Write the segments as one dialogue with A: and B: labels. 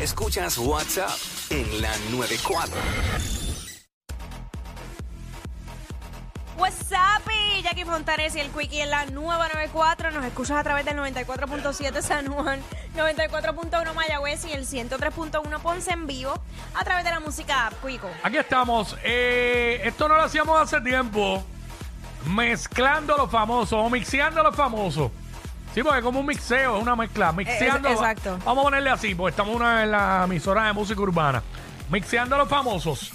A: Escuchas WhatsApp en la 94.
B: WhatsApp y Jackie Fontanes y el Quickie en la nueva 94. Nos escuchas a través del 94.7 San Juan, 94.1 Mayagüez y el 103.1 Ponce en vivo a través de la música app, Quico.
C: Aquí estamos. Eh, esto no lo hacíamos hace tiempo. Mezclando a los famosos o mixeando a los famosos. Sí, porque es como un mixeo, es una mezcla. Mixeando.
B: Es- exacto.
C: Vamos a ponerle así, porque estamos una, en la emisora de música urbana. Mixeando a los famosos.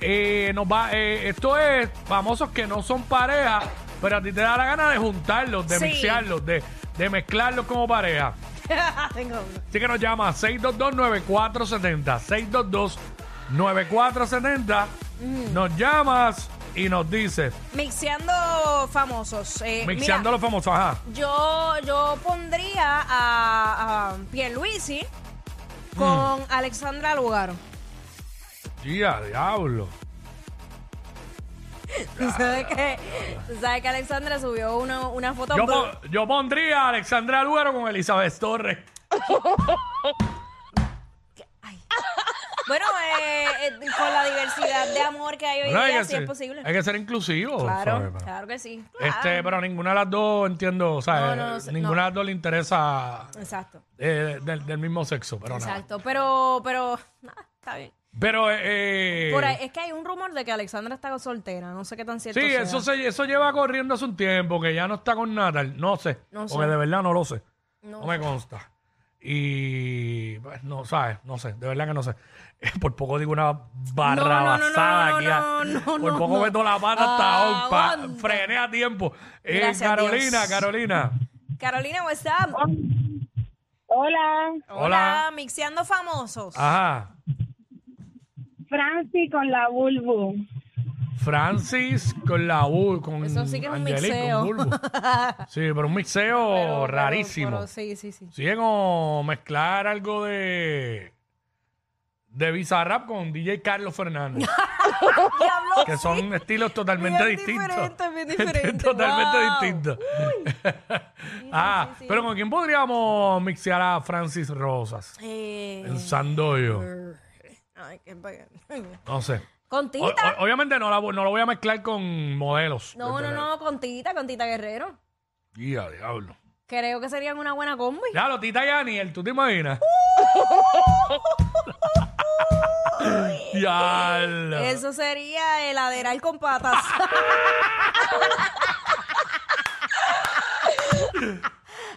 C: Eh, nos va, eh, esto es famosos que no son pareja, pero a ti te da la gana de juntarlos, de
B: Sí.
C: mixearlos, de, de mezclarlos como pareja.
B: Ah, Tengo uno.
C: Así que nos llama 622-9470. 622-9470.
B: Mm.
C: Nos llamas y nos dices,
B: Mixeando famosos. Eh,
C: mixeando
B: mira,
C: los famosos, ajá.
B: yo, yo pondría a, a Pierluisi
C: Mm.
B: con Alexandra Lugaro.
C: Tía, diablo.
B: Tú sabes que, tú sabes que Alexandra subió una, una foto
C: Yo,
B: blu-
C: pon- yo pondría a Alexandra Lugaro con Elizabeth Torres.
B: Bueno, eh, eh, con la diversidad de amor que hay hoy
C: Bueno, hay
B: día,
C: que
B: sí es
C: ser-
B: posible.
C: Hay que ser inclusivo.
B: claro,
C: ¿sabes?
B: claro que sí.
C: Este,
B: Claro.
C: pero ninguna de las dos entiendo, o sea,
B: No,
C: eh,
B: no, no sé,
C: ninguna
B: no.
C: de las dos le interesa
B: Exacto,
C: eh, del, del mismo sexo, pero nada.
B: exacto. Pero, pero, nada, está bien.
C: Pero eh, eh,
B: Por ahí- es que hay un rumor de que Alexandra está soltera, no sé qué tan cierto
C: Sí,
B: sea.
C: eso, se, eso lleva corriendo hace un tiempo, que ya no está con Natal. No sé.
B: No sé.
C: Porque de verdad no lo sé. No,
B: No
C: me consta. Y pues, no, ¿sabes? No sé. De verdad que no sé. Por poco digo una barra basada
B: no,
C: aquí.
B: no, no, no,
C: Por
B: no,
C: poco
B: no.
C: meto la pata hasta hoy. pa-
B: Aguanta.
C: frené a tiempo. Eh,
B: Gracias a
C: Carolina,
B: Dios.
C: Carolina.
B: Carolina, what's up?
D: Hola,
C: Hola.
B: mixeando famosos.
C: Ajá.
D: Franci con la Bulbu.
C: Francis con la U, con
B: Eso sí que es un
C: Angelique,
B: mixeo.
C: Bulbo. Sí, pero un mixeo
B: Pero- pero-
C: oh, rarísimo.
B: pero sí, sí, sí.
C: Sigue como mezclar algo de. de Bizarrap con DJ Carlos Fernández.
B: Ah, Diablo,
C: que son estilos totalmente
B: Bien
C: distintos.
B: diferente, bien diferente,
C: totalmente
B: wow.
C: distintos. ah,
B: sí, sí.
C: pero ¿con quién podríamos mixear a Francis Rosas?
B: Eh,
C: Pensando yo.
B: ay, qué bacán.
C: No sé.
B: Con
C: O-
B: Tita.
C: o- obviamente no, la, vo- no lo voy a mezclar con modelos.
B: No, no,
C: Desde-
B: no, con Tita, con Tita Guerrero.
C: Ya, diablo.
B: Creo que serían una buena combi.
C: Ya, lo Tita y Aniel, ¿tú te imaginas? ya. lo-
B: Eso sería el aderal con patas.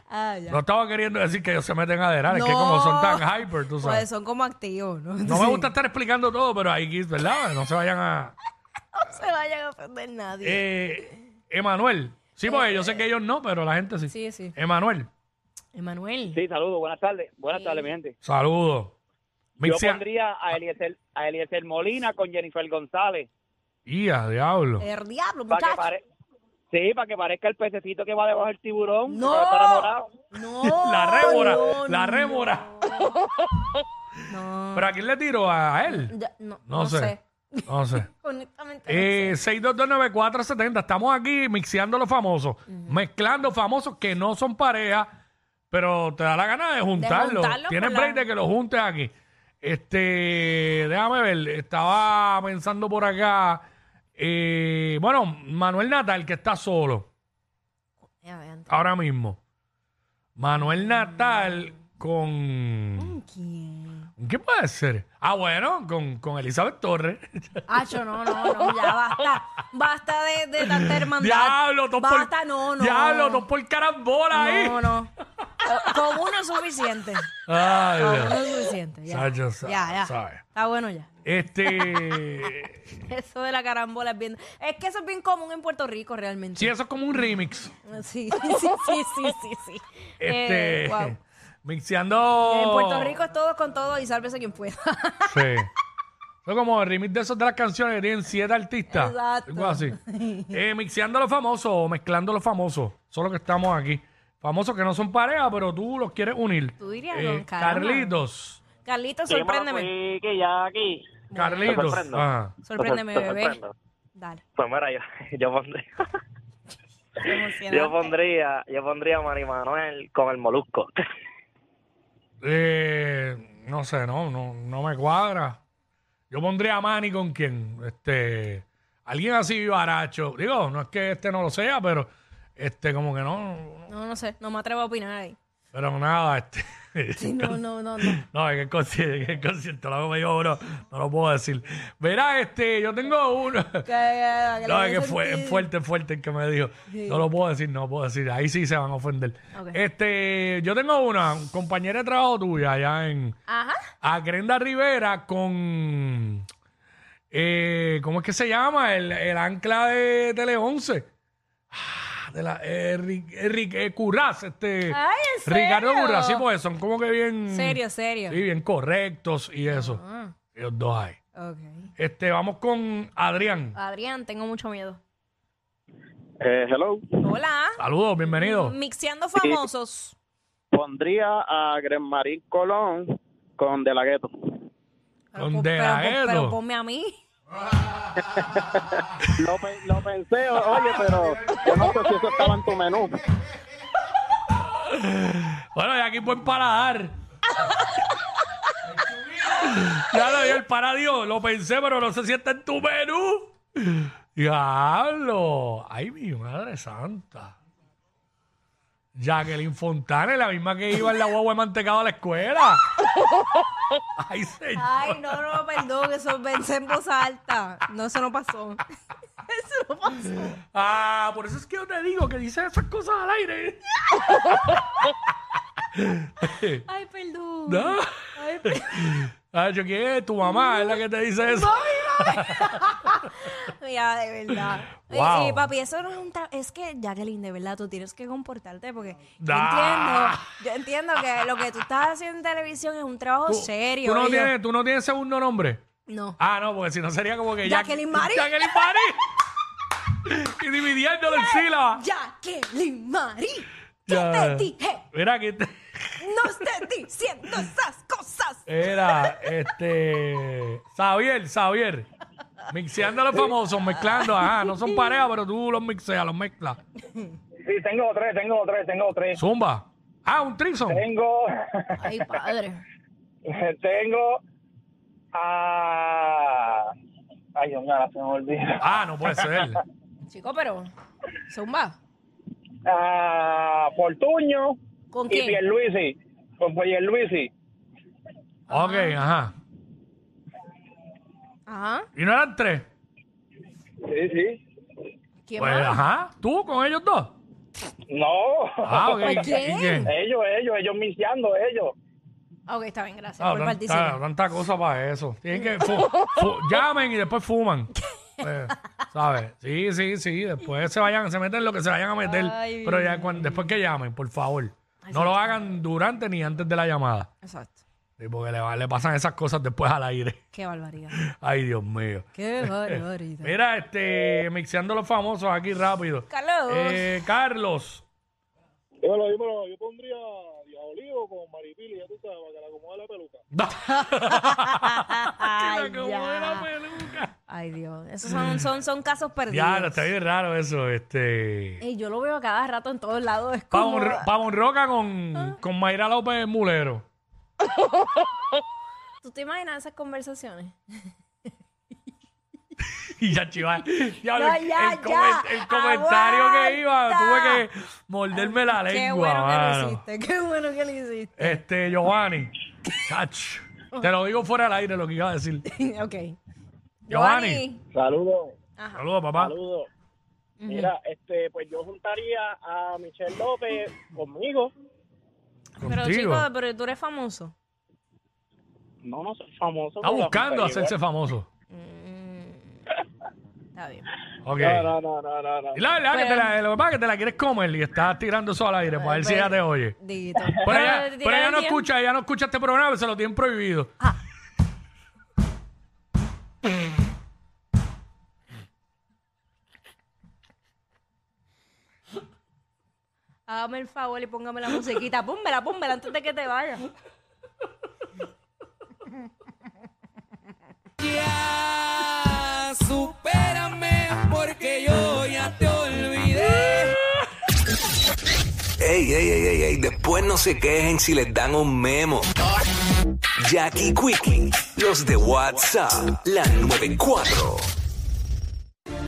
B: ah, ya.
C: No estaba queriendo decir que ellos se meten a derar, es que
B: No.
C: como son tan hyper, tú
B: Pues
C: sabes.
B: son como activos, ¿no?
C: No me gusta estar explicando todo, pero ahí, ¿verdad? No se vayan a...
B: No se vayan a ofender nadie.
C: Eh, Emanuel. Sí, porque yo sé que ellos no, pero la gente sí.
B: sí, sí.
C: Emanuel,
B: Emanuel.
E: Sí, saludos, buenas tardes. Buenas tardes, mi gente.
C: saludos.
E: Yo
C: Mixia-
E: pondría a Eliezer, a Eliezer Molina con Jennifer González.
C: Ya, diablo.
B: El diablo,
E: Para que
B: muchacho.
E: pare... Sí, para que parezca el pececito que va debajo del tiburón.
B: No.
E: que está enamorado.
B: No.
C: La rémora,
B: no,
C: la
B: no,
C: rémora.
B: No.
C: ¿Pero a quién le tiro? ¿A él?
B: Ya, no,
C: No, sé. No sé.
B: Honestamente. no
C: Eh, 6229470. Estamos aquí mixeando los famosos, mezclando famosos que no son pareja, pero te da la gana de juntarlos.
B: juntarlos
C: Tienes
B: por la-
C: break de que los juntes aquí. Este, déjame ver, estaba pensando por acá. eh, bueno, Manuel Natal, que está solo
B: sé. Ya, vean.
C: ahora mismo. Manuel Natal con.
B: ¿Quién?
C: ¿Qué puede ser? Ah, bueno, con, con Elizabeth Torres.
B: Acho, no, no, no, ya basta. Basta de, de tanta hermandad.
C: Diablo, dos por.
B: Basta, no, no.
C: Diablo, dos por carambola ahí.
B: No, no. O- Con uno es suficiente.
C: Ay,
B: Con
C: Dios.
B: uno es suficiente. Ya,
C: Sacho, sabe,
B: ya. ya.
C: sabe.
B: Está bueno ya.
C: Este.
B: Eso de la carambola es bien. Es que eso es bien común en Puerto Rico realmente.
C: sí, eso es como un remix.
B: Sí, sí, sí, sí, sí. sí, sí.
C: Este.
B: Eh, wow.
C: Mixeando.
B: En Puerto Rico es todo con todo y sálvese quien pueda.
C: Sí. Son como remix de esos de las canciones que tienen siete artistas.
B: Exacto.
C: Algo así. Eh, mixeando los famosos o mezclando los famosos. Son los que estamos aquí. Famosos que no son pareja, pero tú los quieres unir.
B: Tú dirías,
C: Eh,
B: don caramba.
C: Carlitos.
B: Carlito,
E: Dímelo,
B: sorpréndeme.
E: Quique, Jackie. Te
C: Carlitos.
E: sorprendo.
C: Ajá.
B: Sorpréndeme,
E: Te sor- te
B: bebé.
E: Pues, sorprendo.
B: Dale.
E: Pues mira, yo, yo pondría, yo
B: emocionante.
E: pondría, yo pondría a Mari Manuel con el molusco.
C: Eh, No sé, no, no, no me cuadra. Yo pondría a Manny con quien, este, alguien así vivaracho. Digo, no es que este no lo sea, pero este, como que no.
B: No, no sé, no me atrevo a opinar ahí.
C: Pero nada, este.
B: Sí, no, no, no, no.
C: No, es que es consciente, es que es consciente, lo hago medio bro, no lo puedo decir. Verá, este, yo tengo uno. No, es que fue, es fuerte, es fuerte el que me dijo. No lo puedo decir, no lo puedo decir. Ahí sí se van a ofender.
B: Ok.
C: Este, yo tengo una, un compañera de trabajo tuya allá en
B: Ajá.
C: a Grenda Rivera con eh, ¿cómo es que se llama? El, el ancla de Tele 11. Ah, De la eh, Ri- eh, Ri- eh, Curraz, este
B: Ay, ¿en serio?
C: Ricardo Curraz, sí, pues son como que bien
B: Serio, serio.
C: Sí, bien correctos y eso.
B: Ah,
C: Ellos dos ahí.
B: ok.
C: Este, vamos con Adrián.
B: Adrián, tengo mucho miedo.
E: Eh, hello.
B: Hola.
C: Saludos, bienvenido.
B: Mixeando famosos.
E: Pondría a Grenmarín Colón con De La Ghetto.
B: Pero,
C: Con
B: pon-
C: De La
B: pero, pon-
C: Edo.
B: pero ponme a mí.
E: Lo, pe- lo pensé, o- oye, pero yo no sé si eso estaba en tu menú.
C: Bueno, y aquí buen paladar. ya lo dio el paradio, lo pensé, pero no sé si está en tu menú. Diablo. Ay, mi madre santa. Jacqueline Fontana es la misma que iba en la guagua de mantecado a la escuela. Ay, señor.
B: Ay, no, no, perdón, eso pensé en voz alta. No, eso no pasó. Eso no pasó.
C: Ah, por eso es que yo te digo que dices esas cosas al aire.
B: Ay, perdón.
C: No.
B: Ay, perdón.
C: Ah, yo qué, tu mamá es la que te dice eso.
B: Ya, de verdad.
C: Wow.
B: Eh, eh, papi, eso no es un tra- Es que, Jacqueline, de verdad, tú tienes que comportarte porque yo entiendo,
C: Ah.
B: yo entiendo que lo que tú estás haciendo en televisión es un trabajo
C: Tú-
B: serio.
C: Tú no,
B: Y yo-
C: tienes, tú no tienes segundo nombre.
B: no.
C: Ah, no, porque si no sería como que.
B: Jacqueline Mari.
C: Jacqueline Mari. y dividiéndolo en sílabas.
B: Jacqueline Marie, ¿qué
C: Ya.
B: te dije?
C: Mira, que te.
B: No estoy diciendo esas cosas.
C: Eh. Era, este. Xavier, Xavier. Mixeando a los famosos, mezclando. Ajá, no son pareja, pero tú los mixeas, los mezclas.
F: Sí, tengo tres, tengo tres, tengo tres.
C: Zumba. Ah, un trison.
F: Tengo,
B: Ay, padre.
F: tengo a... Ay, Dios mío, ahora se me olvida.
C: Ah, no puede ser.
B: Chico, pero. Zumba.
F: A Fortuño
B: ¿Con
F: y
B: quién?
F: Pierluisi. Con Pierluisi.
C: ok, ajá.
B: Ajá.
C: ¿Y no eran tres?
F: Sí, sí.
B: ¿Quién
C: Pues,
B: más?
C: ajá. ¿Tú con ellos dos?
F: No.
C: Ah, ok.
B: Pues,
C: ¿Y
B: ¿quién?
F: Ellos, ellos, ellos miciando, ellos.
B: Ok, está bien, gracias
C: Ah,
B: por
C: tanta,
B: participar.
C: tanta cosa para eso. Tienen que fu- fu- llamen y después fuman. Eh, ¿Sabes? Sí, sí, sí. Después se vayan, se meten lo que se vayan a meter.
B: Ay.
C: pero ya cuan- después que llamen, por favor. No lo hagan durante ni antes de la llamada.
B: Exacto.
C: Sí, porque le, va- le pasan esas cosas después al aire.
B: Qué barbaridad.
C: Ay, Dios mío.
B: Qué barbaridad.
C: Mira, este, mixeando los famosos aquí rápido.
B: Carlos.
C: Eh, Carlos.
F: Dímelo, dímelo. Yo pondría a Diabolío con Maripili, ya tú sabes, para que la acomode la peluca.
B: Ay,
C: Ay, la
B: ya.
C: peluca.
B: Ay, Dios. Esos son, son, son casos
C: Mm. Ya,
B: perdidos.
C: está bien raro eso. Este.
B: Ey, yo lo veo a cada rato en todos lados. Es como... Ah.
C: Pavón, Ro- Pavón Roca con, con Mayra López Mulero.
B: ¿Tú te imaginas esas conversaciones?
C: Y ya, chival. Ya,
B: No,
C: el,
B: ya,
C: el comen-
B: ya.
C: el comentario que iba, tuve
B: Aguanta.
C: que morderme la lengua.
B: Qué bueno que
C: mano.
B: lo hiciste. Qué bueno que lo hiciste.
C: Este, Giovanni. Chach. Te lo digo fuera del aire lo que iba a decir.
B: ok.
C: Giovanni.
F: Saludos.
B: Ajá.
C: Saludos, papá.
F: Saludos. Mira, este, pues yo juntaría a Michelle López conmigo.
B: Pero
C: Contigo.
B: chico, pero tú eres famoso.
F: No, no soy famoso.
C: Está
F: pero la
C: buscando
F: juntaría.
C: hacerse famoso.
B: Mm, Está bien.
C: Ok.
F: No, no, no, no, no.
C: Y la verdad, que
B: Pero-
C: te la, lo que pasa es que te la quieres comer y estás tirando eso al aire para ver si ella te oye.
B: Diguito.
C: Pero ella,
B: te
C: pero ella no
B: tiraron bien.
C: escucha, ella no escucha este programa, se lo tienen prohibido.
B: Hágame el favor y póngame la musiquita. Pónmela, pónmela antes de que te vayas.
A: Ya, Ah, supérame porque yo ya te olvidé. Ey, ey, ey, ey, ey, después no se quejen si les dan un memo. Jackie Quickie, los de WhatsApp, la 94.